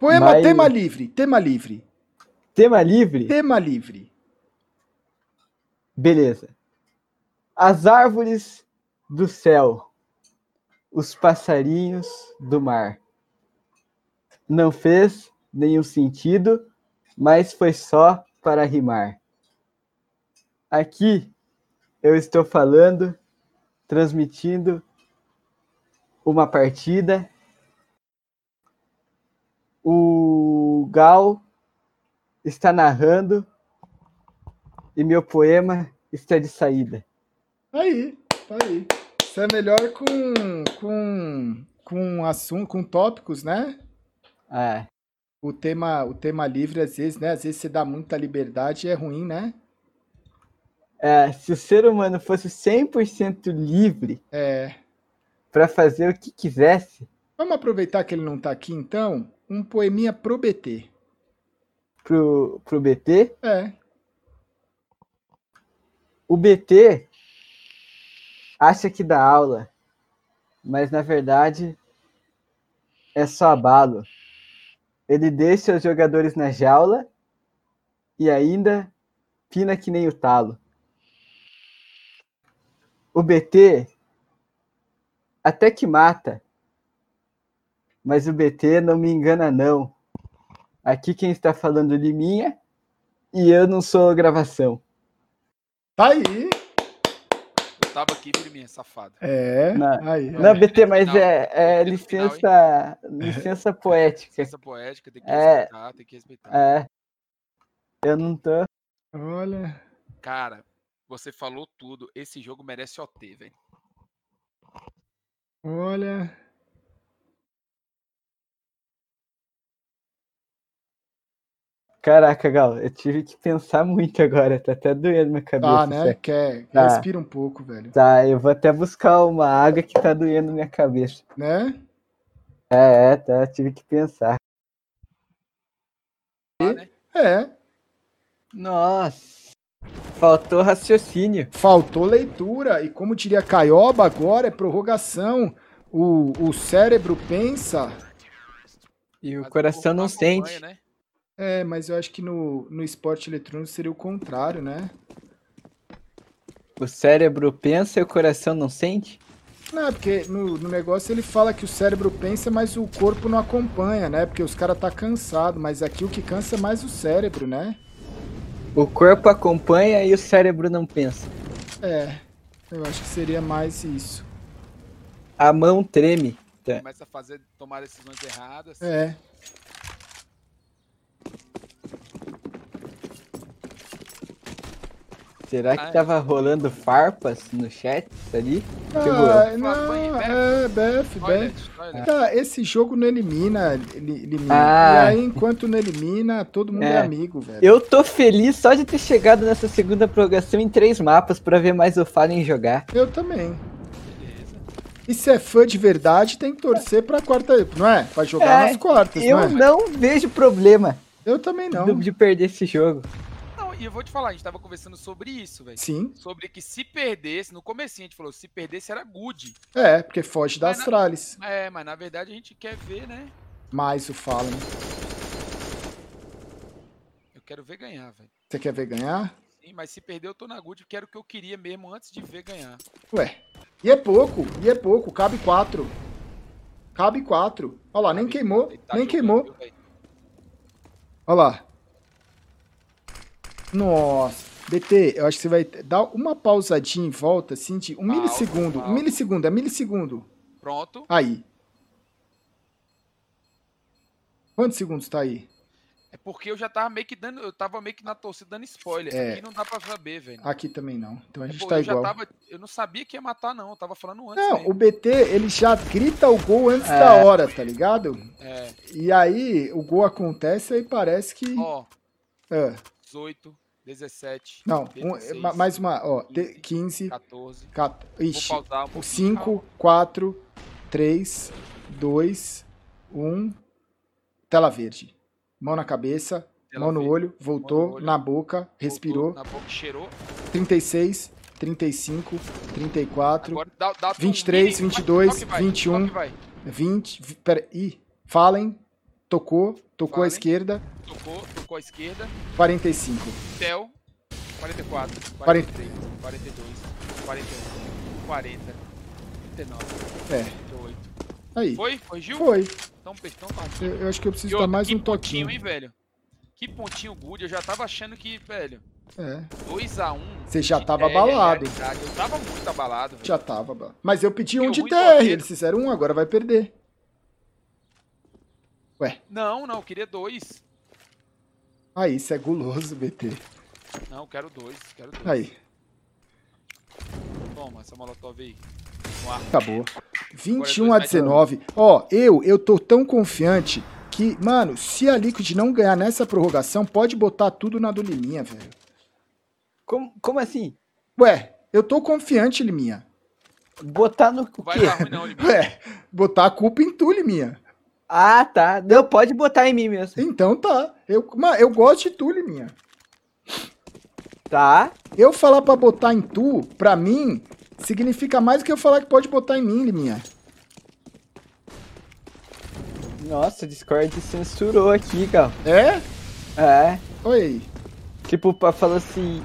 [SPEAKER 2] Poema,
[SPEAKER 3] Mais-
[SPEAKER 2] tema livre, tema livre,
[SPEAKER 3] Tema livre?
[SPEAKER 2] tema livre.
[SPEAKER 3] Beleza. As árvores do céu, os passarinhos do mar. Não fez nenhum sentido, mas foi só para rimar. Aqui eu estou falando, transmitindo uma partida. O Gal está narrando e meu poema está de saída.
[SPEAKER 2] Aí, tá aí. Isso é melhor com com com assunto, com tópicos, né?
[SPEAKER 3] Ah,
[SPEAKER 2] O tema, o tema livre às vezes, né? Às vezes você dá muita liberdade e é ruim, né?
[SPEAKER 3] é, se o ser humano fosse 100% livre
[SPEAKER 2] É.
[SPEAKER 3] para fazer o que quisesse
[SPEAKER 2] Vamos aproveitar que ele não tá aqui, então. Um poeminha pro BT.
[SPEAKER 3] pro, pro BT,
[SPEAKER 2] É.
[SPEAKER 3] o BT acha que dá aula, mas na verdade é só abalo. Ele deixa os jogadores na jaula e ainda pina que nem o talo. O BT até que mata, mas o BT não me engana não. Aqui quem está falando de minha e eu não sou gravação.
[SPEAKER 2] Tá aí.
[SPEAKER 1] Eu tava aqui, firminha, safado.
[SPEAKER 2] É.
[SPEAKER 3] Não.
[SPEAKER 2] Aí.
[SPEAKER 3] Não, BT, mas
[SPEAKER 1] Não,
[SPEAKER 3] é, é
[SPEAKER 1] no final, hein?
[SPEAKER 3] licença, licença poética.
[SPEAKER 1] Essa poética tem que
[SPEAKER 3] É.
[SPEAKER 1] respeitar, tem que respeitar.
[SPEAKER 3] É. Eu não tô.
[SPEAKER 2] Olha.
[SPEAKER 1] Cara, você falou tudo. Esse jogo merece OT, velho.
[SPEAKER 2] Olha.
[SPEAKER 3] Caraca, Gal, eu tive que pensar muito agora, tá até doendo minha cabeça.
[SPEAKER 2] Tá, né?
[SPEAKER 3] certo?
[SPEAKER 2] Quer.
[SPEAKER 3] Tá.
[SPEAKER 2] Respira um pouco, velho.
[SPEAKER 3] Tá, eu vou até buscar uma água que tá doendo minha cabeça.
[SPEAKER 2] Né?
[SPEAKER 3] É, é, tá, eu tive que pensar.
[SPEAKER 1] Lá, né?
[SPEAKER 2] É.
[SPEAKER 3] Nossa, faltou raciocínio.
[SPEAKER 2] Faltou leitura. E como diria Caioba, agora é prorrogação. O, o cérebro pensa.
[SPEAKER 3] E o
[SPEAKER 1] Mas
[SPEAKER 3] coração
[SPEAKER 1] corpo
[SPEAKER 3] não
[SPEAKER 1] acompanha,
[SPEAKER 3] sente.
[SPEAKER 1] Né?
[SPEAKER 2] É, mas eu acho que no, no esporte eletrônico seria o contrário, né?
[SPEAKER 3] O cérebro pensa e o coração não sente?
[SPEAKER 2] Não, porque no, no negócio ele fala que o cérebro pensa, mas o corpo não acompanha, né? Porque os caras tá cansado, mas aqui o que cansa é mais o cérebro, né?
[SPEAKER 3] O corpo acompanha e o cérebro não pensa.
[SPEAKER 2] É, eu acho que seria mais isso.
[SPEAKER 3] A mão treme. É.
[SPEAKER 1] Começa a fazer, tomar decisões erradas.
[SPEAKER 2] É.
[SPEAKER 3] Será que
[SPEAKER 1] Ah, é.
[SPEAKER 3] tava rolando farpas no chat ali?
[SPEAKER 2] Ah,
[SPEAKER 1] eu.
[SPEAKER 2] não,
[SPEAKER 1] Fala, mãe,
[SPEAKER 2] é, Beth, Beth.
[SPEAKER 1] Toilet, toilet.
[SPEAKER 2] Tá, esse jogo não elimina, ele- elimina.
[SPEAKER 3] Ah.
[SPEAKER 2] E aí, enquanto não elimina, todo mundo é,
[SPEAKER 3] É.
[SPEAKER 2] amigo, velho.
[SPEAKER 3] Eu tô feliz só de ter chegado nessa segunda prorrogação em três mapas pra ver mais o Fallen jogar.
[SPEAKER 2] Eu também.
[SPEAKER 1] Beleza.
[SPEAKER 2] E se é fã de verdade, tem que torcer pra quarta, não é? Pra jogar
[SPEAKER 3] É,
[SPEAKER 2] nas quartas,
[SPEAKER 3] Eu
[SPEAKER 2] não é?
[SPEAKER 3] não vejo problema
[SPEAKER 2] Eu também não.
[SPEAKER 3] do- de perder esse jogo.
[SPEAKER 1] Não, e eu vou te falar, a gente tava conversando sobre isso, velho.
[SPEAKER 2] Sim.
[SPEAKER 1] Sobre que se perdesse, no comecinho a gente falou, se perdesse era good.
[SPEAKER 2] É, porque foge das
[SPEAKER 1] Mas na-
[SPEAKER 2] trales.
[SPEAKER 1] É, mas na verdade a gente quer ver, né?
[SPEAKER 2] Mais o Fallen.
[SPEAKER 1] Eu quero ver ganhar, velho.
[SPEAKER 2] Você quer ver ganhar?
[SPEAKER 1] Sim, mas se perder eu tô na good, porque era o que eu queria mesmo antes de ver ganhar.
[SPEAKER 2] Ué. E é pouco, e é pouco. Cabe quatro. Cabe quatro. Olha lá, nem
[SPEAKER 1] Sabe?
[SPEAKER 2] queimou,
[SPEAKER 1] Ele tá
[SPEAKER 2] nem
[SPEAKER 1] jogando,
[SPEAKER 2] queimou.
[SPEAKER 1] viu, velho?
[SPEAKER 2] Olha lá. Nossa. BT, eu acho que você vai dar uma pausadinha em volta, assim, de um
[SPEAKER 1] Pausa,
[SPEAKER 2] milissegundo. Um
[SPEAKER 1] pausa.
[SPEAKER 2] milissegundo, é milissegundo.
[SPEAKER 1] Pronto.
[SPEAKER 2] Aí. Quantos segundos tá aí?
[SPEAKER 1] É porque eu já tava meio que dando. Eu tava meio que na torcida dando spoiler.
[SPEAKER 2] É.
[SPEAKER 1] Aqui não dá pra saber, velho.
[SPEAKER 2] Aqui também não. Então a gente
[SPEAKER 1] Pô,
[SPEAKER 2] tá
[SPEAKER 1] É eu
[SPEAKER 2] igual.
[SPEAKER 1] já tava. Eu não sabia que ia matar, não. Eu tava falando antes.
[SPEAKER 2] Não,
[SPEAKER 1] mesmo.
[SPEAKER 2] o BT, ele já grita o gol antes
[SPEAKER 3] É.
[SPEAKER 2] da hora, tá ligado?
[SPEAKER 1] É,
[SPEAKER 2] E aí, o gol acontece e parece que.
[SPEAKER 1] ó,
[SPEAKER 2] Ah,
[SPEAKER 1] 18, 17,
[SPEAKER 2] não, um-
[SPEAKER 1] 16,
[SPEAKER 2] ma- mais uma, ó. te- 15,
[SPEAKER 1] 14.
[SPEAKER 2] 14.
[SPEAKER 1] Vou
[SPEAKER 2] Ixi.
[SPEAKER 1] pausar um pouquinho.
[SPEAKER 2] 5, 4, 3, 2, 1. Tela verde. Mão na cabeça,
[SPEAKER 1] Tela
[SPEAKER 2] mão no
[SPEAKER 1] verde,
[SPEAKER 2] olho, voltou,
[SPEAKER 1] olho,
[SPEAKER 2] na boca, respirou.
[SPEAKER 1] Voltou Na boca, cheirou.
[SPEAKER 2] 36, 35, 34,
[SPEAKER 1] Agora dá, dá um
[SPEAKER 2] 23, 22, 21, 20. vi- Pera, ih, falem. Tocou, tocou à
[SPEAKER 1] Fallen.
[SPEAKER 2] esquerda,
[SPEAKER 1] Tocou, tocou à esquerda.
[SPEAKER 2] 45.
[SPEAKER 1] Tel, 44,
[SPEAKER 2] Quarenta.
[SPEAKER 1] 43, 42, 41, 40, 39,
[SPEAKER 2] É.
[SPEAKER 1] 38.
[SPEAKER 2] Aí.
[SPEAKER 1] Foi? Corrigiu?
[SPEAKER 2] Foi.
[SPEAKER 1] Então, então tá.
[SPEAKER 2] Eu, eu acho que eu
[SPEAKER 1] E
[SPEAKER 2] preciso
[SPEAKER 1] outra,
[SPEAKER 2] dar mais
[SPEAKER 1] que
[SPEAKER 2] um
[SPEAKER 1] pontinho,
[SPEAKER 2] toquinho.
[SPEAKER 1] hein, velho? Que pontinho good. Eu já tava achando que, velho,
[SPEAKER 2] É,
[SPEAKER 1] 2x1.
[SPEAKER 2] Você já tava abalado.
[SPEAKER 1] Eu tava muito abalado, velho.
[SPEAKER 2] já tava. ba- Mas eu pedi
[SPEAKER 1] Porque
[SPEAKER 2] um de
[SPEAKER 1] o ruim do
[SPEAKER 2] TR.
[SPEAKER 1] roteiro-
[SPEAKER 2] Eles fizeram um, agora vai perder.
[SPEAKER 1] Não, não, eu queria dois.
[SPEAKER 2] Aí, isso é guloso, BT.
[SPEAKER 1] Não, eu quero dois, quero dois.
[SPEAKER 2] Aí,
[SPEAKER 1] Toma, essa molotov aí.
[SPEAKER 2] acabou. 21 a
[SPEAKER 1] Agora é dois mais
[SPEAKER 2] 19. Ó, eu, eu tô tão confiante que, mano, se a Liquid não ganhar nessa prorrogação, pode botar tudo na do Liminha, velho.
[SPEAKER 3] Como, como assim?
[SPEAKER 2] Ué, eu tô confiante, Liminha.
[SPEAKER 3] Botar no o
[SPEAKER 1] Vai
[SPEAKER 3] quê?
[SPEAKER 1] dar ruim não, Olimpíada.
[SPEAKER 2] Ué, botar a culpa em tu, Liminha.
[SPEAKER 3] Ah, tá. Não, pode botar em mim mesmo.
[SPEAKER 2] Então tá. Eu, mas eu gosto de tu, Liminha.
[SPEAKER 3] Tá.
[SPEAKER 2] Eu falar pra botar em tu, pra mim, significa mais do que eu falar que pode botar em mim, Liminha.
[SPEAKER 3] Nossa, o Discord censurou aqui, Gal.
[SPEAKER 2] É?
[SPEAKER 3] É.
[SPEAKER 2] Olha aí.
[SPEAKER 3] Tipo, pra falar assim.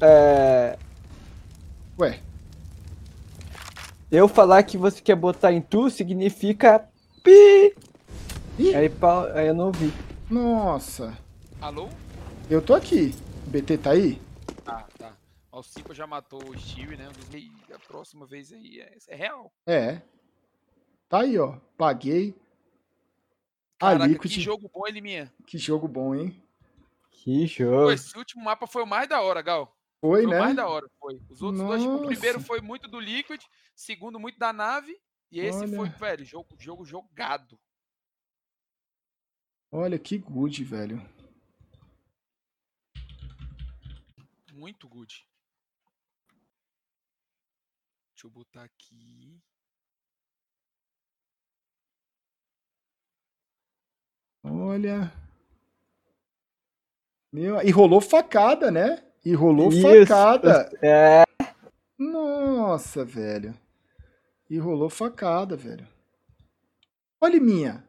[SPEAKER 3] É,
[SPEAKER 2] Ué,
[SPEAKER 3] eu falar que você quer botar em tu significa. Pi!
[SPEAKER 2] Ih.
[SPEAKER 3] Aí, pau, aí eu não vi.
[SPEAKER 2] nossa.
[SPEAKER 1] Alô?
[SPEAKER 2] Eu tô aqui. BT tá aí?
[SPEAKER 1] Tá, tá. Ó, O Simpa já matou o Steve, né? Eu disse, "Ei, A próxima vez aí é, é real.
[SPEAKER 2] É. Tá aí, ó. Paguei. A
[SPEAKER 1] Caraca,
[SPEAKER 2] Liquid.
[SPEAKER 1] que jogo bom ele minha.
[SPEAKER 2] que jogo bom, hein?
[SPEAKER 3] Que
[SPEAKER 1] Pô,
[SPEAKER 3] jogo.
[SPEAKER 1] esse último mapa foi o mais da hora, Gal.
[SPEAKER 2] Foi,
[SPEAKER 1] o
[SPEAKER 2] né?
[SPEAKER 1] mais da hora, foi. Os outros dois, tipo, o primeiro
[SPEAKER 2] Nossa.
[SPEAKER 1] foi muito do Liquid, segundo muito da nave, e esse
[SPEAKER 2] Olha.
[SPEAKER 1] foi, velho, jogo, jogo jogado.
[SPEAKER 2] Olha que good, velho.
[SPEAKER 1] Muito good. Deixa eu botar aqui.
[SPEAKER 2] Olha. Meu, e rolou facada, né? E rolou
[SPEAKER 3] Isso.
[SPEAKER 2] facada.
[SPEAKER 3] É,
[SPEAKER 2] Nossa, velho. E rolou facada, velho. Olha, minha.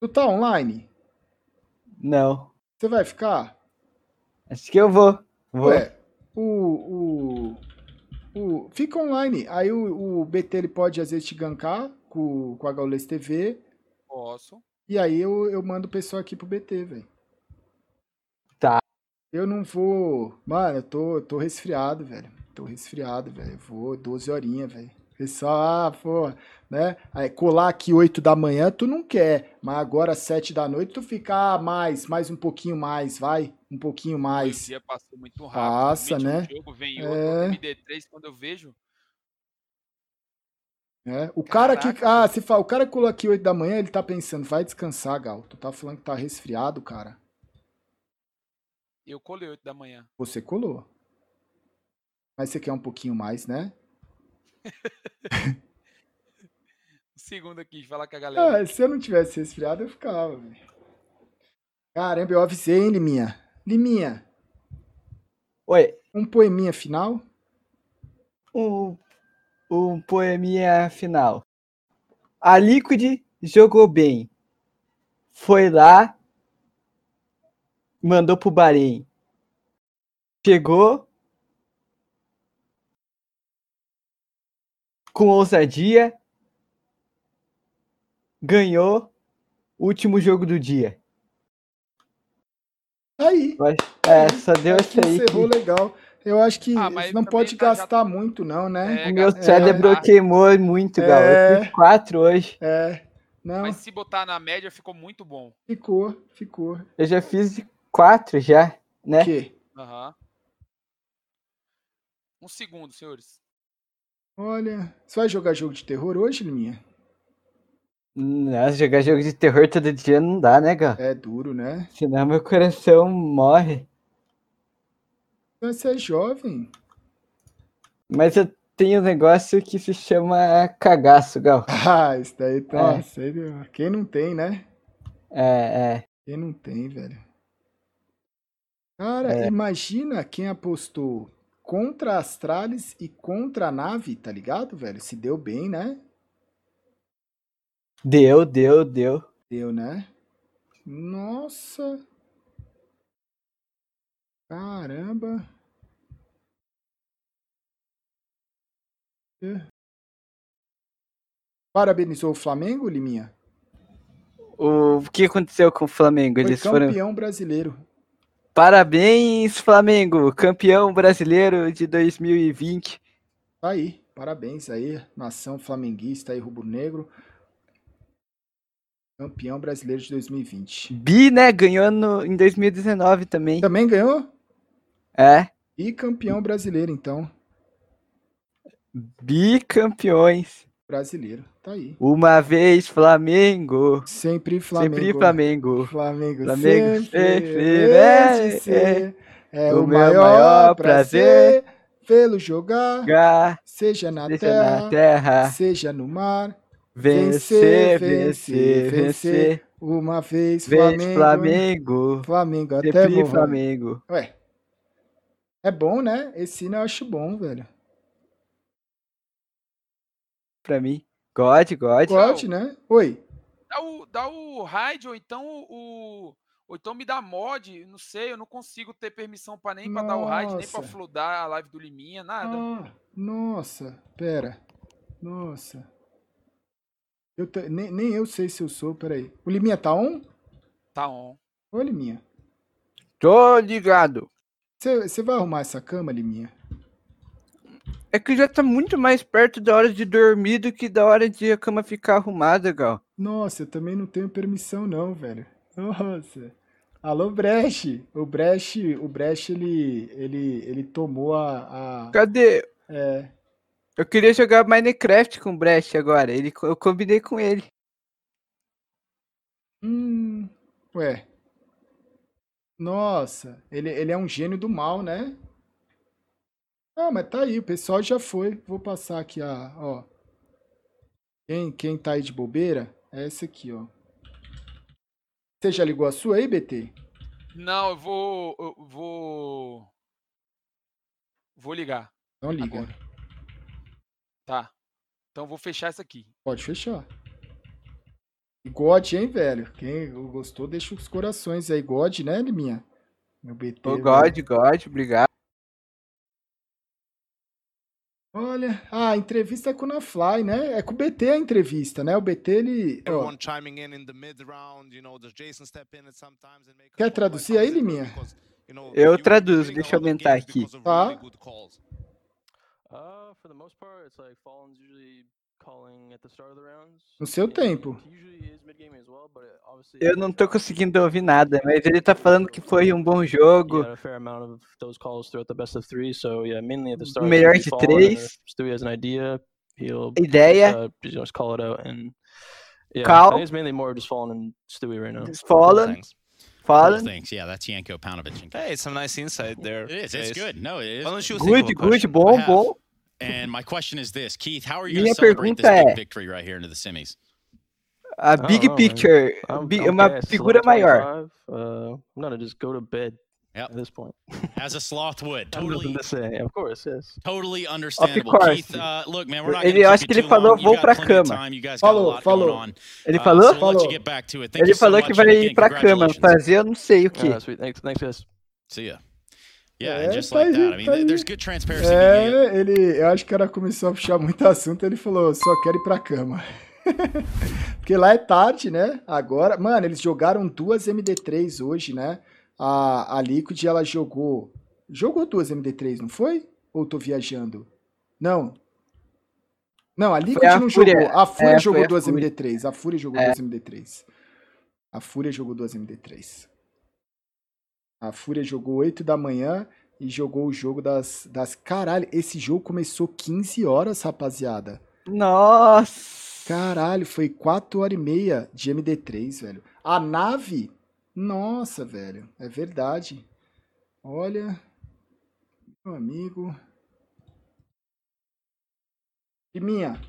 [SPEAKER 2] Tu tá online?
[SPEAKER 3] não.
[SPEAKER 2] Você vai ficar?
[SPEAKER 3] Acho que eu vou. Vou.
[SPEAKER 2] Ué, o, o, o- Fica online. Aí o, o BT ele pode às vezes te gankar com, com a Gaules TV.
[SPEAKER 1] Posso.
[SPEAKER 2] E aí eu, eu mando o pessoal aqui pro BT, velho.
[SPEAKER 3] Tá.
[SPEAKER 2] Eu não vou. Mano, eu tô, eu tô resfriado, velho. Tô resfriado, velho. Eu Vou 12 horinhas, velho. Pessoal, ah, pô, né? Aí colar aqui 8 da manhã tu não quer, mas agora 7 da noite tu fica ah, mais, mais um pouquinho mais, vai, um pouquinho
[SPEAKER 1] O
[SPEAKER 2] mais.
[SPEAKER 1] dia passou muito rápido.
[SPEAKER 2] Passa,
[SPEAKER 1] limite
[SPEAKER 2] né?
[SPEAKER 1] de jogo vem
[SPEAKER 2] É.
[SPEAKER 1] outro, outro MD3, quando eu vejo,
[SPEAKER 2] É, o cara que.
[SPEAKER 1] Caraca.
[SPEAKER 2] Ah, se fala, o cara que colou aqui 8 da manhã, ele tá pensando, vai descansar, Gal. Tu tá falando que tá resfriado, cara.
[SPEAKER 1] eu colei 8 da manhã.
[SPEAKER 2] Você colou. Mas você quer um pouquinho mais, né?
[SPEAKER 1] Um segundo aqui, falar com a galera.
[SPEAKER 2] Ah, se eu não tivesse resfriado, eu ficava, velho. Caramba, eu avisei, hein, Liminha. Liminha,
[SPEAKER 3] Oi.
[SPEAKER 2] um poeminha final?
[SPEAKER 3] Um, um poeminha final. A Liquid jogou bem. Foi lá. Mandou pro Bahrein. Chegou. Com ousadia. Ganhou. Último jogo do dia.
[SPEAKER 2] Tá Aí.
[SPEAKER 3] É, só deu
[SPEAKER 2] acho que
[SPEAKER 3] isso aí.
[SPEAKER 2] encerrou
[SPEAKER 3] que
[SPEAKER 2] legal. Eu acho que
[SPEAKER 1] Ah, mas
[SPEAKER 2] não
[SPEAKER 1] também
[SPEAKER 2] pode
[SPEAKER 1] tá já-
[SPEAKER 2] gastar muito, não, né?
[SPEAKER 1] É,
[SPEAKER 3] O meu
[SPEAKER 1] galera,
[SPEAKER 3] cérebro
[SPEAKER 1] ah,
[SPEAKER 3] queimou muito, Gal.
[SPEAKER 2] É.
[SPEAKER 3] Eu fiz quatro hoje.
[SPEAKER 2] É. Não,
[SPEAKER 1] Mas se botar na média, ficou muito bom.
[SPEAKER 2] ficou, ficou.
[SPEAKER 3] Eu já fiz de quatro já, né?
[SPEAKER 2] O quê?
[SPEAKER 1] Aham. Um segundo, senhores.
[SPEAKER 2] Olha. Você vai jogar jogo de terror hoje, Liminha?
[SPEAKER 3] Nossa, jogar jogo de terror todo dia não dá, né, Gal?
[SPEAKER 2] É duro, né?
[SPEAKER 3] Senão meu coração morre.
[SPEAKER 2] Mas Você é jovem.
[SPEAKER 3] Mas eu tenho um negócio que se chama cagaço, Gal.
[SPEAKER 2] Ah, isso daí tá.
[SPEAKER 3] É.
[SPEAKER 2] sério. Quem não tem, né?
[SPEAKER 3] É, é.
[SPEAKER 2] Quem não tem, velho? Cara, imagina quem apostou contra a Astralis e contra a nave, tá ligado, velho? Se deu bem, né?
[SPEAKER 3] Deu, deu, deu.
[SPEAKER 2] Deu, né? Nossa! Caramba! É. Parabenizou o Flamengo, Liminha?
[SPEAKER 3] O o que aconteceu com o Flamengo? Eles
[SPEAKER 2] Foi
[SPEAKER 3] foram.
[SPEAKER 2] campeão brasileiro.
[SPEAKER 3] Parabéns, Flamengo! Campeão brasileiro de 2020.
[SPEAKER 2] Tá aí, parabéns aí, nação flamenguista aí, rubro-negro. Campeão brasileiro de 2020.
[SPEAKER 3] Bi, né? Ganhou no, em 2019 também.
[SPEAKER 2] Também ganhou?
[SPEAKER 3] É.
[SPEAKER 2] E campeão brasileiro, então.
[SPEAKER 3] Bicampeões.
[SPEAKER 2] Brasileiro, tá aí.
[SPEAKER 3] Uma vez Flamengo.
[SPEAKER 2] Sempre Flamengo.
[SPEAKER 3] Sempre Flamengo.
[SPEAKER 2] Flamengo, sempre.
[SPEAKER 3] Flamengo sempre,
[SPEAKER 2] hei de
[SPEAKER 3] é,
[SPEAKER 2] ser. É o, o meu maior, maior prazer, prazer vê-lo jogar,
[SPEAKER 3] jogar,
[SPEAKER 2] seja, na,
[SPEAKER 3] seja
[SPEAKER 2] terra,
[SPEAKER 3] na terra,
[SPEAKER 2] seja no mar.
[SPEAKER 3] Vencer, vencer, vencer. vencer
[SPEAKER 2] uma vez, vez
[SPEAKER 3] Flamengo.
[SPEAKER 2] Flamengo. Flamengo até bom,
[SPEAKER 3] Flamengo.
[SPEAKER 2] Ué. É bom, né? Esse hino eu acho bom, velho.
[SPEAKER 3] Pra mim. God, God.
[SPEAKER 2] God, né? Oi.
[SPEAKER 1] Dá o, dá o raid ou então o. Ou então me dá mod, não sei, eu não consigo ter permissão para nem para dar o raid, nem para fludar a live do Liminha, nada.
[SPEAKER 2] Ah, nossa, pera. Nossa. Eu te, nem, nem eu sei se eu sou, peraí. O Liminha tá on?
[SPEAKER 1] Tá on.
[SPEAKER 2] Ô, Liminha.
[SPEAKER 3] Tô ligado.
[SPEAKER 2] Você vai arrumar essa cama, Liminha?
[SPEAKER 3] É que já tá muito mais perto da hora de dormir do que da hora de a cama ficar arrumada, Gal.
[SPEAKER 2] Nossa, eu também não tenho permissão não, velho. Nossa. Alô, Brecht. O Brecht, o Brecht ele, ele, ele tomou a... a...
[SPEAKER 3] Cadê?
[SPEAKER 2] É,
[SPEAKER 3] eu queria jogar Minecraft com o Brecht agora. Ele, eu combinei com ele.
[SPEAKER 2] Hum. Ué. Nossa, ele, ele é um gênio do mal, né? Ah, mas tá aí, o pessoal já foi. Vou passar aqui a. Ó. Quem, quem tá aí de bobeira? É essa aqui, ó. Você já ligou a sua aí, BT?
[SPEAKER 1] Não, eu vou. Eu vou. Vou ligar.
[SPEAKER 2] Não liga. Agora.
[SPEAKER 1] Tá. Então vou fechar essa aqui.
[SPEAKER 2] Pode fechar. E God, hein, velho? Quem gostou, deixa os corações aí. God, né, minha?
[SPEAKER 3] Meu BT. Ô, God, velho. God, obrigado.
[SPEAKER 2] Olha, ah, a entrevista é com o Nafly, né? É com o BT a entrevista, né? O BT ele.
[SPEAKER 4] Oh. Round, you know,
[SPEAKER 2] Quer traduzir aí, Liminha?
[SPEAKER 3] You know, eu traduzo, deixa eu aumentar aqui.
[SPEAKER 2] Tá.
[SPEAKER 5] Uh,
[SPEAKER 2] No seu tempo.
[SPEAKER 3] Eu não tô conseguindo ouvir nada, mas ele tá falando que foi um bom jogo. Melhor de três.
[SPEAKER 5] uh,
[SPEAKER 3] Ideia. Cal. Fallen. Fallen.
[SPEAKER 6] Things. Yeah, that's Yanko Panovich.
[SPEAKER 4] Hey, it's some nice insight there.
[SPEAKER 6] It is. It's good. No, it
[SPEAKER 4] is.
[SPEAKER 3] Good, good, bom, bom.
[SPEAKER 6] And my question is this, Keith, how are you
[SPEAKER 3] Minha
[SPEAKER 6] going to celebrate
[SPEAKER 3] pergunta
[SPEAKER 6] this big
[SPEAKER 3] é:
[SPEAKER 6] victory right here into the semis?
[SPEAKER 3] a big
[SPEAKER 5] know, man.
[SPEAKER 3] picture,
[SPEAKER 5] I'm-
[SPEAKER 3] bi-
[SPEAKER 5] I'm
[SPEAKER 3] uma
[SPEAKER 5] past
[SPEAKER 3] figura maior.
[SPEAKER 5] 11:25. Uh, I'm gonna just go to bed
[SPEAKER 6] Yep.
[SPEAKER 5] at this point.
[SPEAKER 6] As a sloth would,
[SPEAKER 5] I have nothing
[SPEAKER 6] totally,
[SPEAKER 5] to say. Of course, yes.
[SPEAKER 6] totally understandable.
[SPEAKER 3] course.
[SPEAKER 6] Keith, uh, look, man, we're not
[SPEAKER 3] Ele-
[SPEAKER 6] gonna keep
[SPEAKER 3] acho
[SPEAKER 6] you
[SPEAKER 3] que ele
[SPEAKER 6] too
[SPEAKER 3] falou,
[SPEAKER 6] long. You've
[SPEAKER 3] "Vou
[SPEAKER 6] got
[SPEAKER 3] pra
[SPEAKER 6] plenty of
[SPEAKER 3] cama."
[SPEAKER 6] time. You guys got a
[SPEAKER 2] Falou,
[SPEAKER 6] lot
[SPEAKER 2] falou.
[SPEAKER 6] going on.
[SPEAKER 3] Ele
[SPEAKER 6] Uh,
[SPEAKER 3] falou?
[SPEAKER 6] so we'll let
[SPEAKER 2] Falou.
[SPEAKER 6] you get back to it. Thank
[SPEAKER 3] Ele É.
[SPEAKER 6] you so
[SPEAKER 3] falou
[SPEAKER 6] much.
[SPEAKER 3] Ah, que vai
[SPEAKER 6] Again,
[SPEAKER 3] ir pra cama
[SPEAKER 6] congratulations.
[SPEAKER 3] fazer, eu não sei o que.
[SPEAKER 5] Ah, sweet. Thanks, thanks, guys.
[SPEAKER 6] See ya. Yeah,
[SPEAKER 2] É,
[SPEAKER 6] and just
[SPEAKER 2] tá aí,
[SPEAKER 6] like that. I mean,
[SPEAKER 2] tá aí.
[SPEAKER 6] th- there's good transparency. between you.
[SPEAKER 2] É, ele. Eu acho que ela começou a puxar muito assunto. Ele falou: só quero ir pra cama. Porque lá é tarde, né? Agora. Mano, eles jogaram duas MD3 hoje, né? A, a Liquid, ela jogou. Jogou duas MD3, não foi? Ou tô viajando? Não. Não, a Liquid
[SPEAKER 3] a
[SPEAKER 2] não
[SPEAKER 3] Fúria.
[SPEAKER 2] jogou. A Fúria
[SPEAKER 3] É, foi
[SPEAKER 2] jogou
[SPEAKER 3] a
[SPEAKER 2] duas
[SPEAKER 3] Fúria.
[SPEAKER 2] MD3. A Fúria jogou
[SPEAKER 3] É.
[SPEAKER 2] duas MD3. A Fúria jogou duas MD3. A Fúria jogou 8 da manhã e jogou o jogo das, das. Caralho, esse jogo começou 15 horas, rapaziada.
[SPEAKER 3] Nossa!
[SPEAKER 2] Caralho, foi 4 horas e meia de MD3, velho. A nave? Nossa, velho. É verdade. Olha. Meu amigo. Liminha,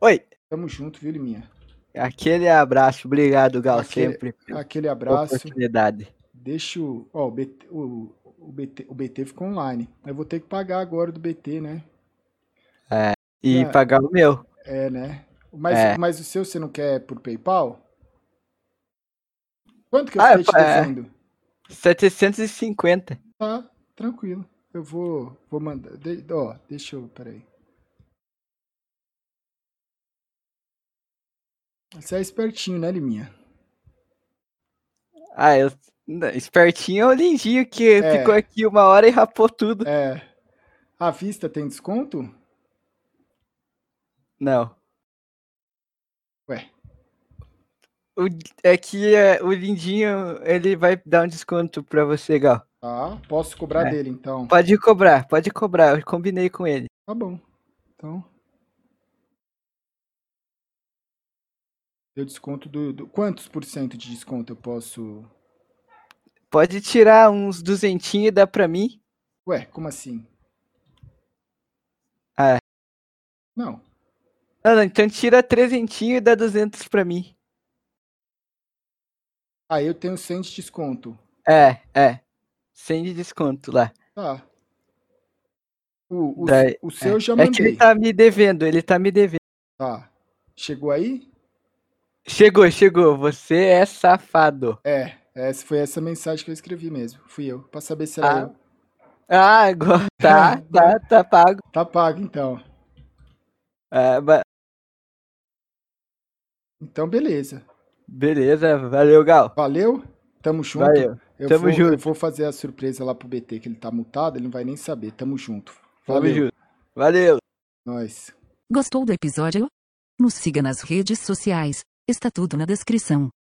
[SPEAKER 3] Oi,
[SPEAKER 2] tamo junto, viu, Liminha?
[SPEAKER 3] aquele abraço, obrigado, Gal,
[SPEAKER 2] Aquele
[SPEAKER 3] sempre pela
[SPEAKER 2] Aquele abraço.
[SPEAKER 3] oportunidade.
[SPEAKER 2] Deixa o. Ó, o BT, o, o BT, o BT ficou online. Eu vou ter que pagar agora o do BT, né?
[SPEAKER 3] E
[SPEAKER 2] É.
[SPEAKER 3] pagar o meu.
[SPEAKER 2] É, né? Mas,
[SPEAKER 3] É.
[SPEAKER 2] mas o seu você não quer por PayPal? Quanto que eu
[SPEAKER 3] Ah,
[SPEAKER 2] fiquei te
[SPEAKER 3] é, é.
[SPEAKER 2] devendo?
[SPEAKER 3] 750.
[SPEAKER 2] Tá, tranquilo. Eu vou, vou mandar. de- ó, deixa eu. Peraí. Você é espertinho, né, Liminha?
[SPEAKER 3] Ah, eu. não, Espertinho é o lindinho que
[SPEAKER 2] É.
[SPEAKER 3] ficou aqui uma hora e rapou tudo.
[SPEAKER 2] É. À vista tem desconto?
[SPEAKER 3] Não.
[SPEAKER 2] Ué.
[SPEAKER 3] O- é que é, o lindinho ele vai dar um desconto pra você, Gal.
[SPEAKER 2] Tá, posso cobrar
[SPEAKER 3] É.
[SPEAKER 2] dele então.
[SPEAKER 3] Pode cobrar, pode cobrar. Eu combinei com ele.
[SPEAKER 2] Tá bom. Então. Deu desconto do, do. Quantos por cento de desconto eu posso.
[SPEAKER 3] Pode tirar uns duzentinhos e dar pra mim?
[SPEAKER 2] Ué, como assim?
[SPEAKER 3] É.
[SPEAKER 2] Não.
[SPEAKER 3] Ah, não, então tira trezentinho e dá duzentos pra mim.
[SPEAKER 2] Aí Ah, eu tenho 100 de desconto.
[SPEAKER 3] É, é. Sem de desconto lá.
[SPEAKER 2] Tá. O, o,
[SPEAKER 3] Daí-
[SPEAKER 2] o seu eu já
[SPEAKER 3] É que ele
[SPEAKER 2] mandei.
[SPEAKER 3] tá me devendo, ele tá me devendo.
[SPEAKER 2] Tá. Chegou aí?
[SPEAKER 3] Chegou, chegou. Você é safado.
[SPEAKER 2] É, essa foi essa mensagem que eu escrevi mesmo. Fui eu, pra saber se era
[SPEAKER 3] Ah.
[SPEAKER 2] eu.
[SPEAKER 3] Ah, agora tá, tá, tá pago.
[SPEAKER 2] Tá pago então.
[SPEAKER 3] Ah, ba-
[SPEAKER 2] Então beleza.
[SPEAKER 3] beleza, valeu, Gal.
[SPEAKER 2] Valeu? Tamo junto.
[SPEAKER 3] Valeu.
[SPEAKER 2] Eu
[SPEAKER 3] Tamo
[SPEAKER 2] vou, eu
[SPEAKER 3] junto.
[SPEAKER 2] vou fazer a surpresa lá pro BT que ele tá mutado, ele não vai nem saber. Tamo junto.
[SPEAKER 3] Tamo
[SPEAKER 2] Valeu.
[SPEAKER 3] junto. Valeu.
[SPEAKER 2] Nós.
[SPEAKER 7] Gostou do episódio? Nos siga nas redes sociais, está tudo na descrição.